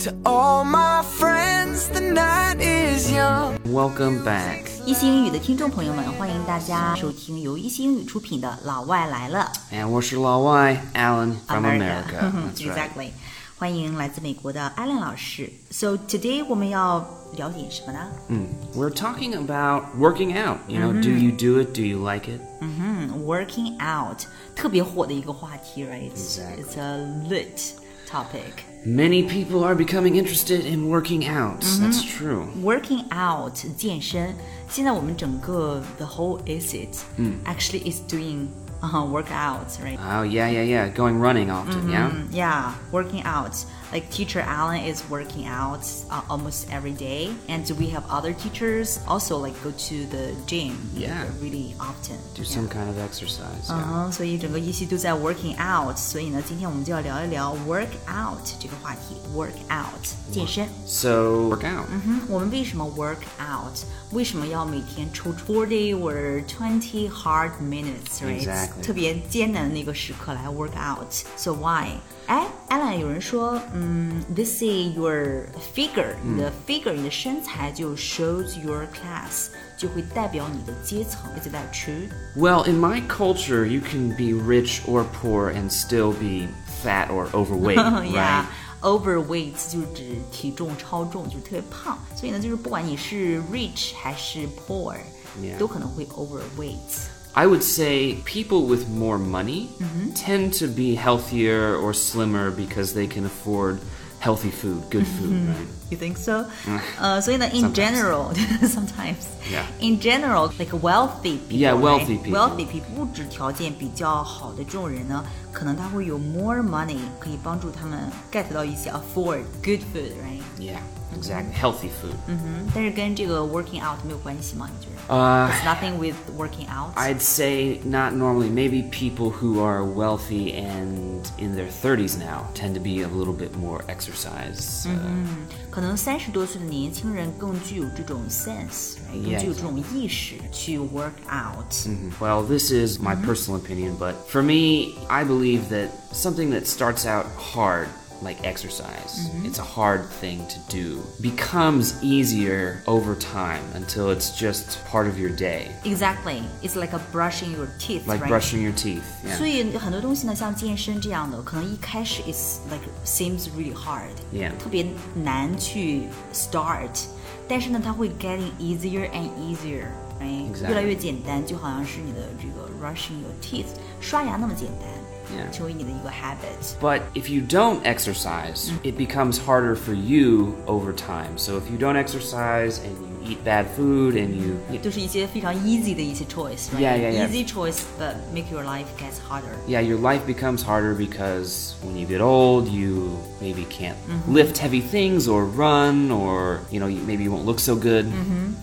To all my friends, the night is young. Welcome back。一星英语的听众朋友们，欢迎大家收听由一星英语出品的《老外来了 And 我是老外 Alan from America. That's right. Exactly，欢迎来自美国的 Alan 老师。So today 我们要聊点什么呢？ We're talking about working out. You know, do you do it? Do you like it? 嗯，working out，特别火的一个话题，right？It's Exactly. it's a lit topic。 Many people are becoming interested in working out. That's true. Working out 健身，现在我们整个 the whole is it，嗯，actually is doing、uh, workouts，right？ Oh yeah, yeah, yeah. Going running often. Mm-hmm. Yeah. Mm, Yeah, working out. Like teacher Alan is working out uh, almost every day, and we have other teachers also like go to the gym. Yeah. like, really often. Uh-huh, Do some kind of exercise. Yeah. Yeah. 嗯，所以整个一系都在 working out，所以呢，今天我们就要聊一聊 work out 这个话题。work out 健身， So work out. 嗯，我们为什么 work out？为什么要每天抽 forty or twenty hard minutes？Right？、 Exactly. 特别艰难的那个时刻来 work out？So why？哎，Alan，有人说，嗯，they say your figure，、你嗯的 figure，你的身材就 shows your class，就会代表你的阶层。Is that true？ Well, in my culture, you can be rich or poor and still be fat or overweight, 呀 right?、 overweight 就是指体重超重，就是特别胖。所以呢，就是不管你是 rich 还是 poor，、 Yeah. 都可能会 overweight。 I would say people with more money tend to be healthier or slimmer because they can afford healthy food, good food, right? You think so? 呃，所以呢，in Mm. Sometimes. general, sometimes, Yeah. in general, like wealthy people, Yeah, right? wealthy people. wealthy people 物质条件比较好的这种人呢，可能他会有 more money，可以帮助他们 get 到一些 afford good food, right？ Yeah, exactly. Healthy food. 嗯，但是跟这个 working out 没有关系吗？你觉得 Uh, ？It's nothing with working out. I'd say not normally. Maybe people who are wealthy and in their 30s now tend to be a little bit more exercise. uh, Mm-hmm. 可能三十多岁的年轻人更具有这种 sense，、right? Yeah, 更具有这种意识去 work out。Mm-hmm. Well, this is my personal opinion, but for me, I believe that something that starts out hard, like exercise, it's a hard thing to do, becomes easier over time until it's just part of your day, Exactly, it's like a brushing your teeth, like right? brushing your teeth. Yeah. 所以很多东西呢，像健身这样的，可能一开始 is like seems really hard，、 Yeah. 特别难去 start，但是呢，它会 getting easier and easier，哎、 Exactly. 越来越简单，就好像是你的这个 brushing your teeth 刷牙那么简单 Yeah. 成为你的一个 habit。 But if you don't exercise, it becomes harder for you over time. So if you don't exercise and you eat bad food and you, 就是一些非常 easy 的一些 choice，、right? Yeah, yeah, yeah. easy choice but make your life gets harder。 yeah, your life becomes harder because when you get old, you maybe can't Mm-hmm. lift heavy things or run, or you know, you, maybe you won't look so good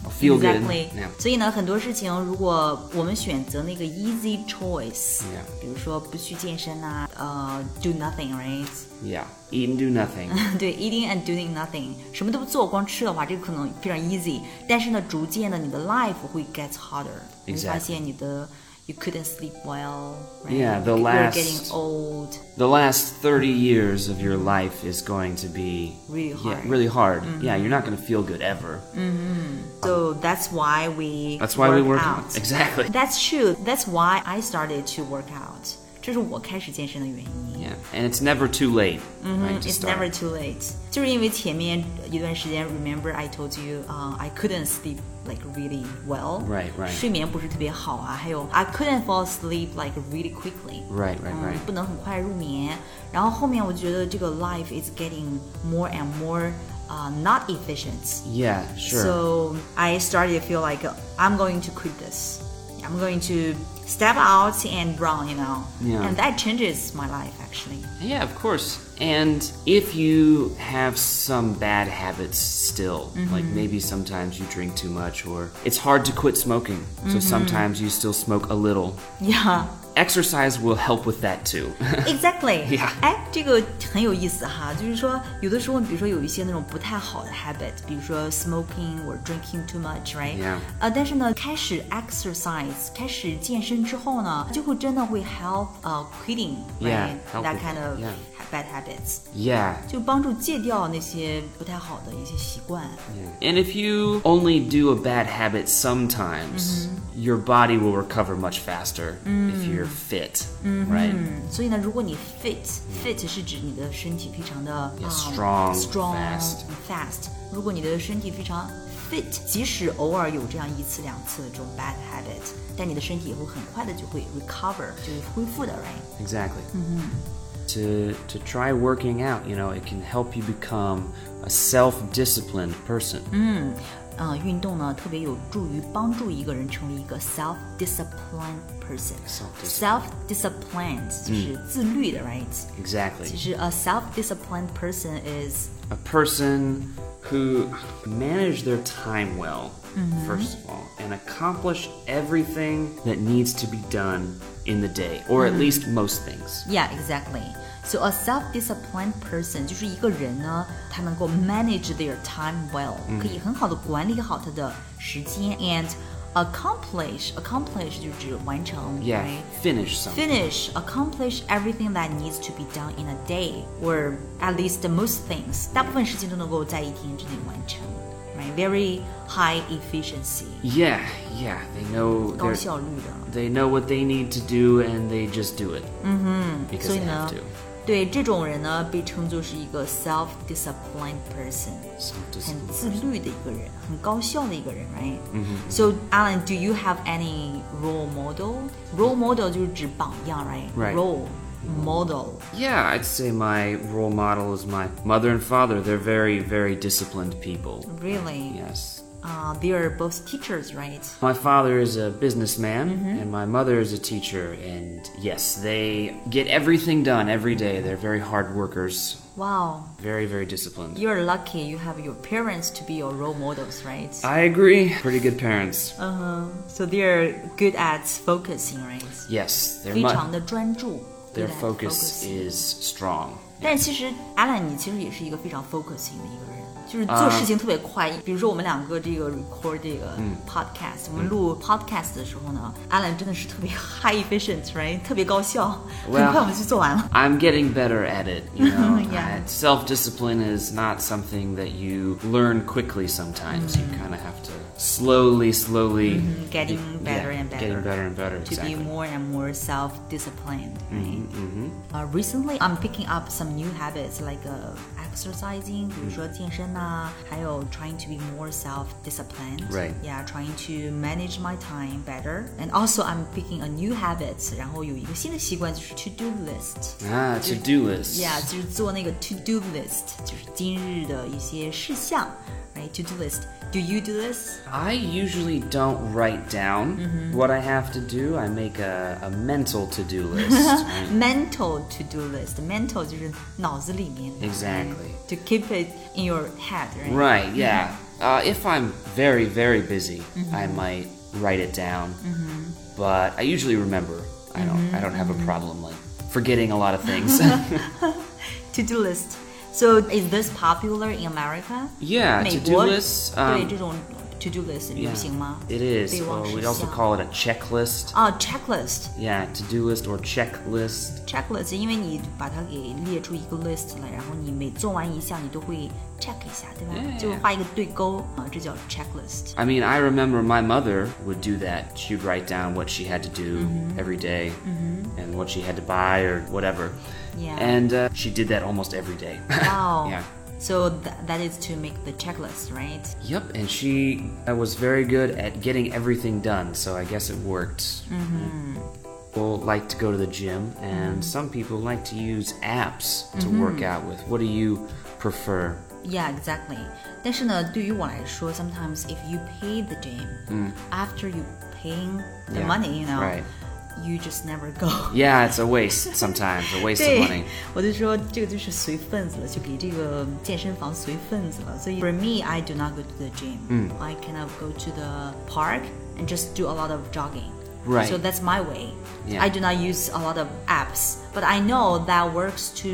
or feel Mm-hmm. Exactly. good. Yeah. 所以呢，很多事情如果我们选择那个 easy choice，、 Yeah. 比如说不去健身呐、呃、d o nothing，right？ yeah, eat and do nothing. 对，eating and doing nothing，什么都不做，光吃的话，这个可能非常 easy。但是呢，逐渐的你的 life 会 get harder，你会 Exactly. 发现你的 you couldn't sleep well，right？、 Yeah, the you're last- getting old。 the last 30 years of your life is going to be Really hard. Mm-hmm. Yeah, really hard. Yeah, you're not going to feel good ever. So that's why we That's why we work out. out. Exactly. That's true. That's why I started to work out. 这是我开始健身的原因。 Yeah, and it's never too late. right, to Mm, Mm-hmm. It's start. never too late. 就是因为前面一段时间，remember I told you, uh, I couldn't sleep like really well. Right, right. 睡眠不是特别好啊，还有 I couldn't fall asleep like really quickly. Right, right, 嗯 right. 不能很快入眠。然后后面我觉得这个 life is getting more and more, uh, not efficient. Yeah, sure. So I started to feel like uh, I'm going to quit this. I'm going to step out and run, you know. Yeah. And that changes my life actually. Yeah, of course. And if you have some bad habits still, like maybe sometimes you drink too much or it's hard to quit smoking, so sometimes you still smoke a little, Yeah. exercise will help with that too. Exactly. Yeah. 哎，这个很有意思哈，就是说有的时候，比如说有一些那种不太好的 habit，比如说 smoking or drinking too much，right？ Yeah. 呃，但是呢，开始 exercise，开始健身之后呢，就会真的会 help 呃 quitting，right？ Yeah, help that with kind it, of yeah. bad habits， Yeah. 就帮助戒掉那些不太好的一些习惯。 And if you only do a bad habit sometimes, your body will recover much faster if you're fit, right? 嗯所以呢，如果你 fit fit 是指你的身体非常的 Yeah, 啊 strong, strong 嗯 fast fast。如果你的身体非常 fit，即使偶尔有这样一次两次的这种 bad habit，但你的身体也会很快的就会 recover，就是恢复的，right？ Exactly. Mm-hmm. To, to try working out, you know, it can help you become a self disciplined person. 嗯、运动呢特别有助于帮助一个人成为一个 self disciplined person。self disciplined 就是嗯自律的，right？其 Exactly. 实 a self disciplined person is A person who manage their time well, Mm-hmm. first of all, and accomplish everything that needs to be done in the day, or Mm-hmm. at least most things. Yeah, exactly. So a self-disciplined person 就是一个人呢，他能够 manage their time well，、可以很好的管理好他的时间，and accomplish accomplish 就是指完成 Yeah, right? finish something. Finish, accomplish everything that needs to be done in a day, or at least the most things. 大部分事情都能够在一天之内完成，right? Very high efficiency， yeah, yeah, they know 高 they're- 效率的。 they know what they need to do and they just do it. Mm-hmm. Because 所以 they 呢 have to.，对这种人呢，被称作是一个 self-disciplined person。很 Self-discipline. Mm-hmm. 自律的一个人，很高效的一个人，right？So Alan, do you have any role model? Role model 就是指榜样，right? Right. Role model. Yeah, I'd say my role model is my mother and father. They're very, very disciplined people. Really? Yes. Uh, they are both teachers, right? My father is a businessman and my mother is a teacher and yes, they get everything done every day. They're very hard workers, Wow, very, very disciplined. you're lucky. You have your parents to be your role models, right? I agree. Pretty good parents. Uh huh. So they're good at focusing, right? Yes, they're 非 mu- 常的专注。 their good at focus focusing is strong. 但其实阿兰，你其实也是一个非常 focusing 的一个人，就是啊做事情特别快。比如说我们两个这个 record 这个嗯 podcast，、我们录 podcast 的时候呢，阿兰真的是特别 high efficient，right？特别高效 Well- 很快我们就做完了。 I'm getting better at it. You know, Yeah. self discipline is not something that you learn quickly. Sometimes you kind of have to slowly, slowly Mm-hmm. Getting better and better. Getting better and better. To exactly. 嗯 Mm-hmm, be more and more self-disciplined, right? Uh, recently, I'm picking up some new habits like uh, exercising, 比如说健身呐、还有 trying to be more self-disciplined. Right. Yeah, trying to manage my time better. And also, I'm picking a new habit. 然后有一个新的习惯就是 to do list. ah, to do list. Yeah，就是做那个 to do list，就是今日的一些事项。Right, to do list. Do you do this? I usually don't write down Mm-hmm. what I have to do. I make a, a mental to do list. mental to do list. Mental 就是脑子里面的。 Exactly. To keep it in your head, right? Right, yeah. Uh, if I'm very, very busy, I Mm-hmm. might write it down. But I usually remember. I don't. I don't Mm-hmm. have a problem like forgetting a lot of things. To do list. So is this popular in America? yeah, 美 to 国 do lists. 对 Um, 这种 to do list 流 yeah, 行吗 it is. 备 Well, 忘 we 事 also 项 call it a checklist. 啊、checklist Yeah, to do list or checklist. checklist，因为你把它给列出一个 list 来，然后你每做完一项，你都会 check 一下，对吧 Yeah. 就画一个对勾啊、这叫 checklist。 I mean, I remember my mother would do that. She'd write down what she had to do Mm-hmm. every day and what she had to buy or whatever. Yeah. And uh, she did that almost every day. Wow. Yeah. So th that is to make the checklist, right? Yep, and she uh, was very good at getting everything done, so I guess it worked. Mm-hmm. People like to go to the gym, Mm-hmm. and some people like to use apps to work out with. What do you prefer? Yeah, exactly. 但是呢，对于我来说，sometimes if you pay the gym,、after you paying the Yeah, money, you know, right. you just never go. Yeah, it's a waste sometimes, a waste of 对 money.，我就说这个就是随份子了，就给这个健身房随份子了。所以 for me, I do not go to the gym. Mm. I cannot go to the park and just do a lot of jogging. Right. So that's my way. Yeah. I do not use a lot of apps, but I know that works to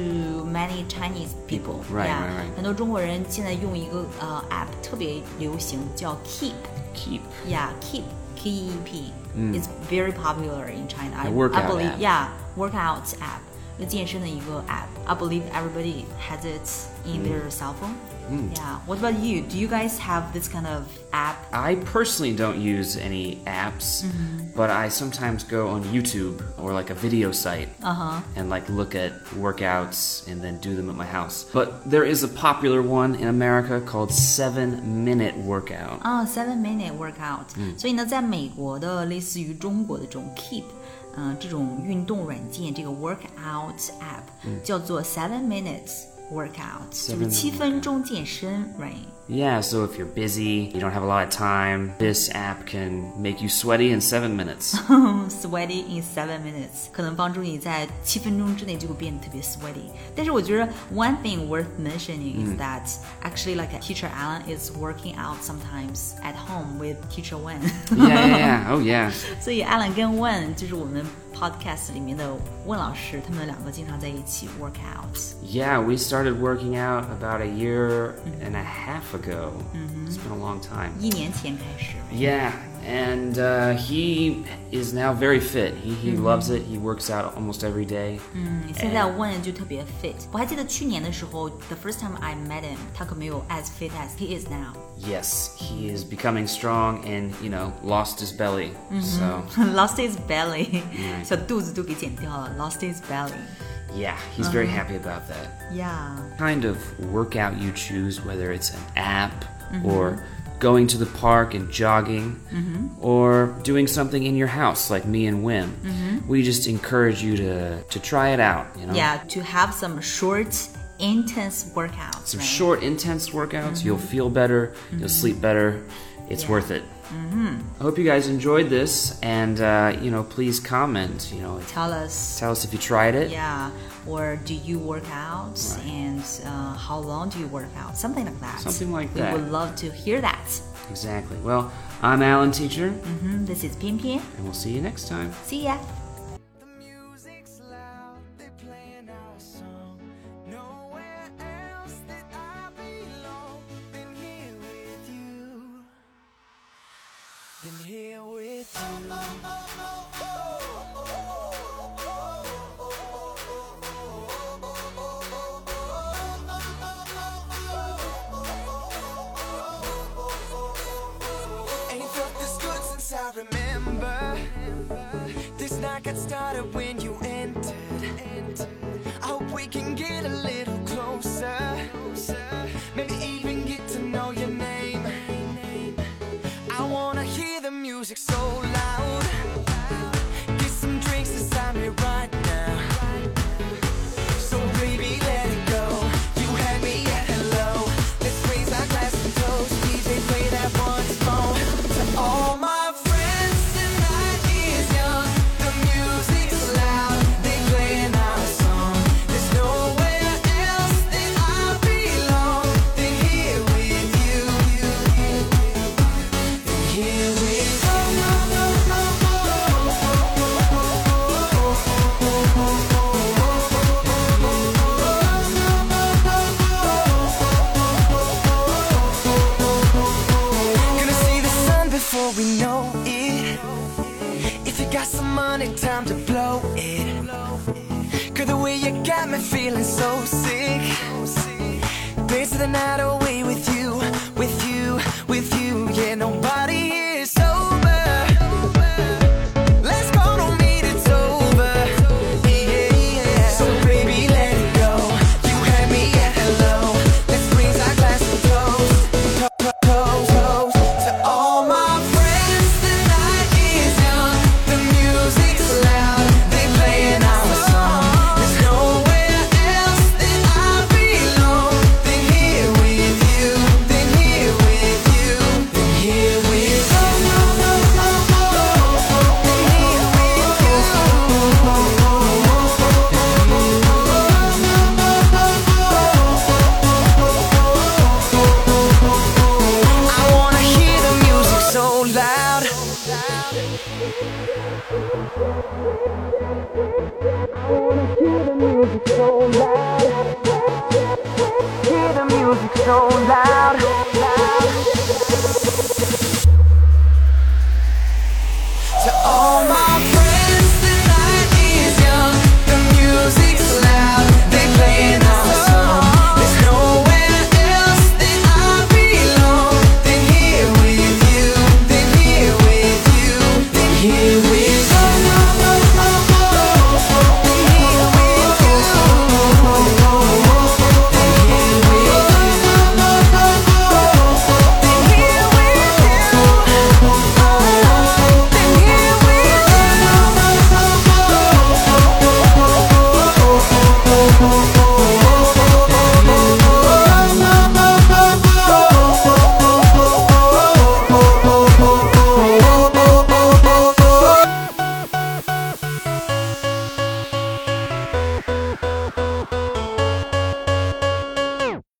many Chinese people. Right, yeah. right, right. 很多中国人现在用一个呃 app 特别流行，叫 Keep。 Keep. Yeah, Keep. Keep. It's very popular in China. I, A Mm. workout I believe. app. Yeah, workout app. 就健身的一个 app. I believe everybody has it Mm. in their cell phone. Hmm. Yeah. What about you? Do you guys have this kind of app? I personally don't use any apps, Mm-hmm. but I sometimes go on YouTube or like a video site and like look at workouts and then do them at my house. But there is a popular one in America called 7 Minute Workout. 啊、s e v e n minute workout、所 Mm. 以呢，在美国的类似于中国的这种 Keep，嗯、这种运动软件，这个 workout app、叫 Mm. 做 Seven Minutes Workout，就是七分钟健身，right？ Yeah, so if you're busy, you don't have a lot of time, this app can make you sweaty in 7 minutes. sweaty in seven minutes，可能帮助你在七分钟之内就会变得特别 sweaty。但是我觉得 one thing worth mentioning is that actually like teacher Alan is working out sometimes at home with teacher Wen。 yeah, yeah, yeah. Oh, yeah. 所以 Alan 跟 Wen 就是我们 podcast 里面的问老师，他们两个经常在一起 work out。 Yeah, we started working out about a year and a half ago. It's been a long time. 一年前开始 Yeah, and uh, he is now very fit. He, he loves it. He works out almost every day. 现在 Wen 就特别 fit。我还记得去年的时候，the first time I met him，他可没有 as fit as he is now。 Yes, he is becoming strong and, you know, lost his belly. Mm-hmm. So, lost his belly，、小肚子都给减掉了，lost his belly。 yeah, he's very Uh-huh. happy about that. Yeah， Kind of workout you choose, whether it's an app Mm-hmm. or going to the park and jogging or doing something in your house like me and Wim. We just encourage you to, to try it out, you know. Mm-hmm. yeah, to have some short, intense workouts. some right? short intense workouts you'll feel better you'll sleep better it's Mm-hmm. Yeah. worth it Mm-hmm. i hope you guys enjoyed this and uh, you know please comment you know Tell us. tell us if you tried it Yeah, or do you work out? Right. And uh, how long do you work out? Something like that. Something like we that. would love to hear that. exactly well i'm alan teacher Hmm, This is Pian Pian. and we'll see you next time See ya. The music's loud, they playing our song. Nowhere else that I belong than here with you. Than here with you. Ain't felt this good since I remember. This night got started when you entered. I hope we can get a little closer. Maybe even get to know your name. I wanna hear the music so loud. Get some drinks inside me right now. So baby, let it go. You had me at hello. Let's raise our glass and toast. DJ, play that once more. To all my friends, tonight is young. The music's loud. They playing our song. There's nowhere else that I belong than here with you. Than Here with Gonna see the sun before we know it. If you got some money, time to blow it. Girl, the way you got me feeling so sick. Dancing the night away with you, with you, with you. Yeah, nobody here is sober. Let's go, don't mean it's over. Yeah, yeah. So baby, let it go. You had me at hello. Let's raise our glass and toast. Toast to all my friends. The night is young. The music's loud. They playing our song. There's nowhere else that I belong than here with you. Than here with you. Than here with you. Than here with you. I wanna hear the music so loud. I wanna hear the music so loud.